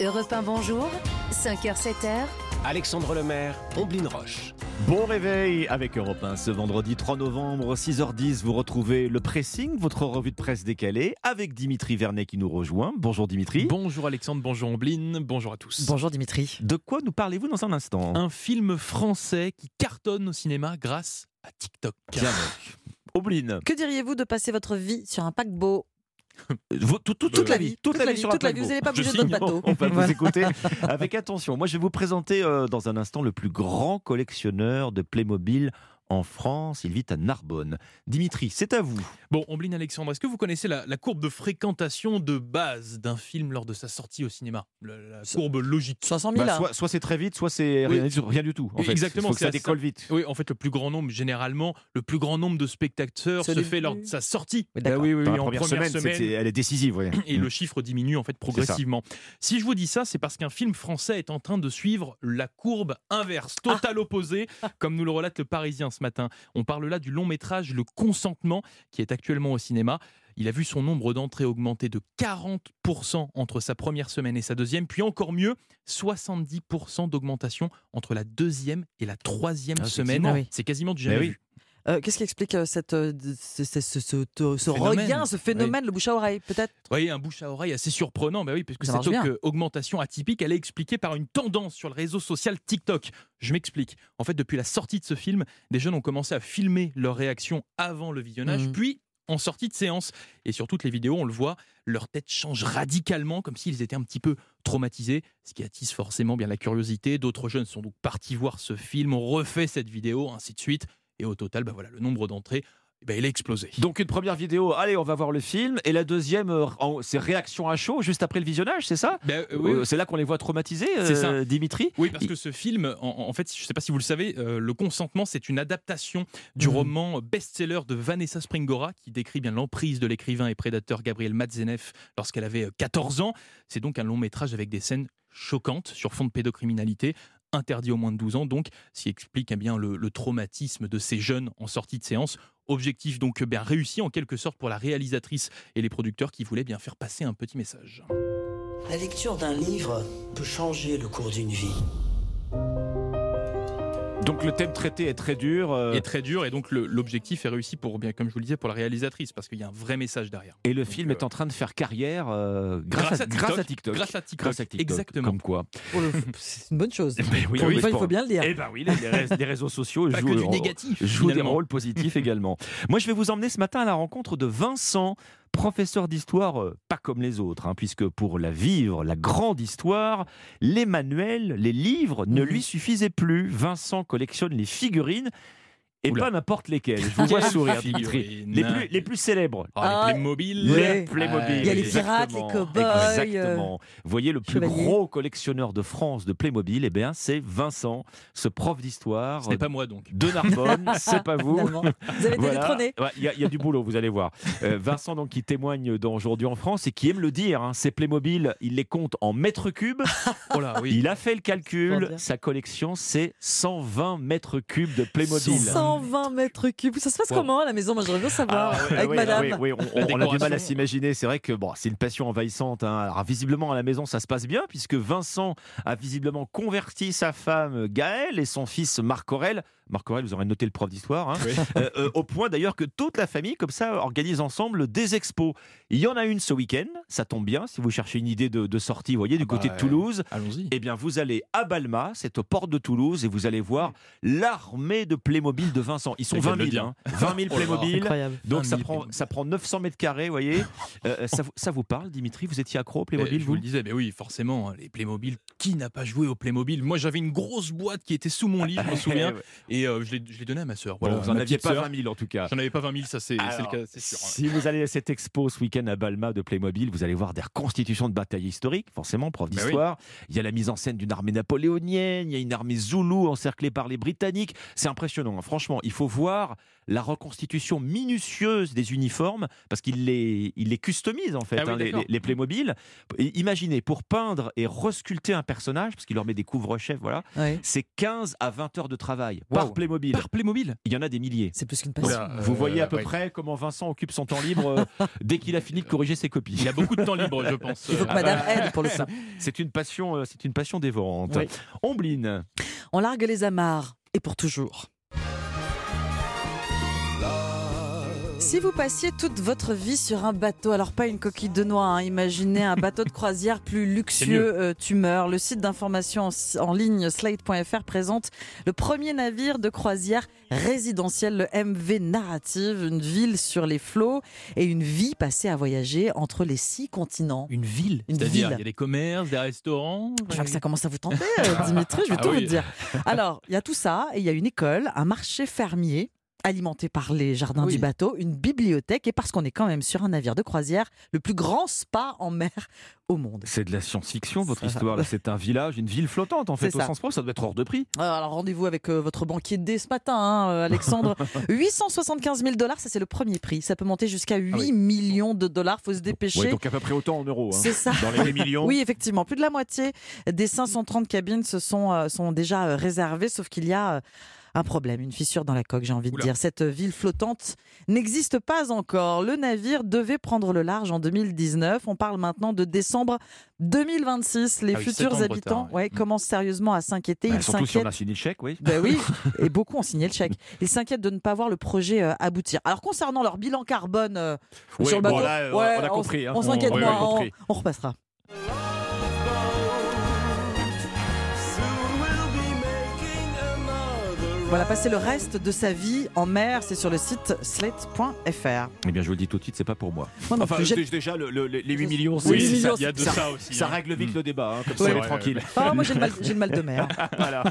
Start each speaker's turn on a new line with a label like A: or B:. A: Europe 1 Bonjour, 5h-7h,
B: Alexandre Lemaire, Omblin Roche.
C: Bon réveil avec Europe 1 ce vendredi 3 novembre, 6h10. Vous retrouvez le pressing, votre revue de presse décalée, avec Dimitri Vernet qui nous rejoint. Bonjour Dimitri.
D: Bonjour Alexandre, bonjour Ambline, bonjour à tous.
E: Bonjour Dimitri.
C: De quoi nous parlez-vous dans un instant
D: Un film français qui cartonne au cinéma grâce à TikTok. Euh,
C: Bien, mec. Obline.
E: Que diriez-vous de passer votre vie sur un paquebot
C: Vous- tout- tout- toute la vie, Euh, toute, la vie, sur un
E: toute la vie,
C: paquebot.
E: vous n'allez pas
C: Je
E: bouger de votre
C: signe,
E: bateau.
C: On va vous
E: Voilà.
C: écouter avec attention. Moi, je vais vous présenter euh, dans un instant le plus grand collectionneur de Playmobil en France. Il vit à Narbonne. Dimitri, c'est à vous.
D: Bon, Ambline Alexandre, est-ce que vous connaissez la, la courbe de fréquentation de base d'un film lors de sa sortie au cinéma Le- La
E: Ça-
D: courbe logique.
E: 500
C: Bah,
E: 000 hein.
C: soit soit c'est très vite, soit c'est
D: Oui.
C: rien, du- rien du tout. En fait.
D: Exactement,
C: Faut que
D: c'est
C: ça
D: à ça.
C: décolle vite.
D: Oui, en fait, le plus grand nombre, généralement, le plus grand nombre de spectateurs
E: C'est
D: se
E: les
D: fait lors de
E: plus-
D: sa sortie.
E: Oui, d'accord.
D: Bah oui, oui,
C: Dans
D: oui,
C: la
D: en
C: première, semaine, c'est- c'est- elle est décisive. ouais. Mm.
D: et le chiffre diminue en fait progressivement. Si je vous dis ça, c'est parce qu'un film français est en train de suivre la courbe inverse,
E: Ah.
D: totale opposée, comme nous le relate le Parisien ce matin. On parle là du long métrage Le Consentement, qui est actuellement au cinéma. Il a vu son nombre d'entrées augmenter de 40% entre sa première semaine et sa deuxième, puis encore mieux, 70% d'augmentation entre la deuxième et la troisième
C: Ah,
D: semaine.
E: effectivement. Ah oui.
D: C'est quasiment du jamais
C: Mais oui.
D: vu.
E: Euh, Qu'est-ce qui explique euh, cette, euh, d- ce, ce- ce- ce- ce- ce
D: Phénomène.
E: regain, ce phénomène, le bouche à oreille peut-être
D: Vous voyez, un bouche à oreille assez surprenant, bah oui, parce que
E: Ça
D: cette
E: marche bien.
D: au- augmentation atypique, elle est expliquée par une tendance sur le réseau social TikTok. Je m'explique. En fait, depuis la sortie de ce film, des jeunes ont commencé à filmer leurs réactions avant le visionnage,
E: Mhm.
D: puis en sortie de séance. Et sur toutes les vidéos, on le voit, leur tête change radicalement, comme s'ils étaient un petit peu traumatisés, ce qui attise forcément bien la curiosité. D'autres jeunes sont donc partis voir ce film, ont refait cette vidéo, ainsi de suite. Et au total, bah voilà, le nombre d'entrées, bah, il a explosé.
C: Donc une première vidéo, allez, on va voir le film. Et la deuxième, euh, en- c'est réaction à chaud juste après le visionnage, c'est ça
D: Bah, euh, oui,
C: Euh, C'est là qu'on les voit traumatisés, euh,
D: C'est ça.
C: Dimitri
D: Oui, parce
C: Il-
D: que ce film, en, en fait, je ne sais pas si vous le savez, euh, Le Consentement, c'est une adaptation du
E: Mhm.
D: roman best-seller de Vanessa Springora, qui décrit bien l'emprise de l'écrivain et prédateur Gabriel Matzeneff lorsqu'elle avait euh, 14 ans. C'est donc un long métrage avec des scènes choquantes sur fond de pédocriminalité, interdit aux moins de 12 ans, donc, ce qui explique eh bien le, le traumatisme de ces jeunes en sortie de séance. Objectif donc eh bien réussi en quelque sorte pour la réalisatrice et les producteurs qui voulaient bien faire passer un petit message.
F: La lecture d'un livre peut changer le cours d'une vie.
C: Donc le thème traité est très dur. euh,
D: est très dur et donc le- l'objectif est réussi pour bien comme je vous le disais pour la réalisatrice parce qu'il y a un vrai message derrière.
C: et le
D: donc,
C: film est
D: euh,
C: en train de faire carrière euh, grâce, à, grâce à TikTok.
D: Grâce à TikTok.
C: Grâce à TikTok,
D: Exactement.
C: Comme quoi
E: Oh, le- C'est une bonne chose.
C: Mais oui,
E: Pour une
C: oui,
E: fois, il
C: pour-
E: faut bien le dire.
C: Eh ben oui, les, les rés- les réseaux sociaux
D: Pas
C: jouent,
D: que du
C: en-
D: négatif.
C: jouent des
D: finalement.
C: rôles positifs également. Moi, je vais vous emmener ce matin à la rencontre de Vincent, professeur d'histoire, euh, pas comme les autres, hein, puisque pour la vivre, la grande histoire, les manuels, les livres ne
E: Mhm.
C: lui suffisaient plus. Vincent collectionne les figurines. Et
D: Oula.
C: pas n'importe lesquelles. Je vous vois
D: Quelle
C: sourire,
D: figurine.
C: Dimitri. Les plus, les plus célèbres.
D: Ah,
E: Ah,
D: les Playmobil.
E: ouais.
C: Les Playmobil.
D: Ah,
E: Il y a les pirates,
C: Exactement.
E: les cow-boys, euh,
C: Exactement. Voyez, le plus
E: chevaliers.
C: gros collectionneur de France de Playmobil, eh bien, c'est Vincent, ce prof d'histoire
D: Ah,
C: euh,
D: Ce n'est pas moi donc.
C: de Narbonne, c'est pas vous.
E: Finalement. Vous avez été
C: Voilà.
E: détrôné.
C: Ouais, Il y, a- il y a du boulot, vous allez voir. Euh, Vincent, donc, qui témoigne dans Aujourd'hui en France et qui aime le dire, hein, ses Playmobil, il les compte en mètres cubes.
D: Oh là, oui.
C: Il a fait le
E: C'est pour
C: calcul,
E: dire.
C: sa collection, c'est 120 mètres cubes de Playmobil.
E: 120 mètres cubes. Ça se passe
C: Wow.
E: comment à la maison Moi, j'aimerais bien savoir.
C: Ah, ouais,
E: Avec
C: ouais,
E: madame.
C: ouais, ouais, on- on, on
D: La
C: a du mal à
D: décoration.
C: s'imaginer. C'est vrai que bon, c'est une passion envahissante. hein. Alors, visiblement, à la maison, ça se passe bien, puisque Vincent a visiblement converti sa femme Gaëlle et son fils Marc Aurel. Marc Aurel, vous aurez noté le prof d'histoire. hein.
D: Oui.
C: Euh, euh, au point d'ailleurs que toute la famille, comme ça, organise ensemble des expos. Il y en a une ce week-end, ça tombe bien, si vous cherchez une idée de, de sortie, vous voyez, du
D: Ah bah,
C: côté de
D: ouais.
C: Toulouse.
D: Allons-y.
C: Eh bien, vous allez à Balma, c'est aux portes de Toulouse, et vous allez voir l'armée de Playmobil de Vincent. Ils sont
D: Il vient
C: 20
D: de
C: 000,
D: le dire.
C: hein. 20 000
D: Oh là là.
C: Playmobil.
E: Incroyable.
C: Donc
D: 20
C: ça
D: 000
C: prend,
D: Playmobil.
C: ça prend 900 mètres carrés, vous voyez. Euh, ça, vous- ça vous parle, Dimitri Vous étiez accro au
D: Eh,
C: Playmobil,
D: je vous
C: vous
D: le disais, mais oui, forcément, hein, les Playmobil, qui n'a pas joué au Playmobil Moi, j'avais une grosse boîte qui était sous mon lit, je me souviens, et euh, je l'ai je l'ai donnée à ma sœur. Voilà,
C: hein. Voilà, vous en
D: ma
C: aviez
D: petite
C: pas
D: sœur.
C: 20 000 en tout cas.
D: J'en avais pas 20 000, ça c'est c'est le
C: Alors,
D: cas, c'est sûr. hein.
C: Si vous allez à cette expo ce week-end à Balma de Playmobil, vous allez voir des reconstitutions de batailles historiques, forcément, prof
D: Bah oui.
C: d'histoire. Il y a la mise en scène d'une armée napoléonienne, il y a une armée zoulou encerclée par les Britanniques. C'est impressionnant, hein. franchement, il faut voir la reconstitution minutieuse des uniformes, parce qu'il les, il les customise en fait,
D: Ah oui,
C: hein, les,
D: d'accord.
C: les- les Playmobil. Et imaginez, pour peindre et resculpter un personnage, parce qu'il leur met des couvre-chefs, voilà,
E: Ouais.
C: c'est 15 à 20 heures de travail
E: Wow.
C: par Playmobil.
D: Par Playmobil
C: Il y en a des milliers.
E: C'est plus qu'une passion.
D: Oula. Euh,
C: Vous voyez à peu
D: ouais.
C: près comment Vincent occupe son temps libre euh, dès qu'il a fini de corriger ses copies.
D: Il a beaucoup de temps libre, je pense.
E: Il faut que
D: Euh,
E: madame aide pour le coup.
C: C'est une passion, euh, c'est une passion dévorante.
E: Oui.
C: Ombline,
E: On largue les amarres, et pour toujours. Si vous passiez toute votre vie sur un bateau, alors pas une coquille de noix, hein, imaginez un bateau de croisière plus luxueux, euh, tu meurs. Le site d'information en, en ligne slate.fr présente le premier navire de croisière résidentiel, le MV Narrative, une ville sur les flots et une vie passée à voyager entre les six continents.
D: Une ville
E: Une
D: C'est-à-dire,
E: ville.
D: il y a des commerces, des restaurants.
E: Je vois que ça commence à vous tenter, euh, Dimitri, je vais
D: Ah
E: tout
D: oui.
E: vous dire. Alors, il y a tout ça, et il y a une école, un marché fermier alimenté par les jardins
D: Oui.
E: du bateau, une bibliothèque, et parce qu'on est quand même sur un navire de croisière, le plus grand spa en mer au monde.
C: c'est de la science-fiction votre
E: Ça va.
C: histoire. là. C'est un village, une ville flottante en fait
E: C'est
C: au
E: ça.
C: sens propre. Ça doit être hors de prix.
E: Euh, Alors, rendez-vous avec euh, votre banquier dès ce matin, hein, euh, Alexandre. 875 000 dollars, ça c'est le premier prix. Ça peut monter jusqu'à 8
C: oui.
E: millions de dollars, faut se dépêcher.
C: Ouais, donc à peu près autant en euros. hein.
E: C'est ça.
C: Dans les 8 millions.
E: Oui, effectivement, plus de la moitié des 530 cabines se sont, euh, sont déjà euh, réservées, sauf qu'il y a euh, un problème, une fissure dans la coque, j'ai envie
D: Oula.
E: de dire. Cette euh, ville flottante n'existe pas encore. Le navire devait prendre le large en 2019. On parle maintenant de décembre 2026. Les
D: Ah oui, sept ans
E: futurs
D: de
E: habitants
D: retard, ouais. Mm.
E: ouais, commencent sérieusement à s'inquiéter.
C: Bah,
E: Ils
C: surtout si on
E: s'inquiètent
C: a signé le chèque, oui.
E: ben oui, et beaucoup ont signé le chèque. Ils s'inquiètent de ne pas voir le projet euh, aboutir. Alors concernant leur bilan carbone euh,
C: Oui,
E: sur le
C: bon,
E: bateau,
C: là, euh, on a
E: s-
C: compris, hein.
E: On s'inquiète
D: On- oui,
E: moins,
D: on a
E: on,
C: compris.
E: on repassera. Voilà, passer le reste de sa vie en mer, c'est sur le site slate.fr.
C: Eh bien, je vous le dis tout de suite, c'est pas pour moi.
E: Moi non plus, j'ai-
B: déjà, les 8
E: 8
B: millions,
E: Oui,
D: c'est
E: millions,
D: ça, il y a de
C: ça-
D: ça aussi. hein.
C: Mm. règle vite le débat, comme
E: Ouais.
C: ça on est tranquille.
E: Ah, moi j'ai le mal, j'ai le mal de mer.
C: Voilà.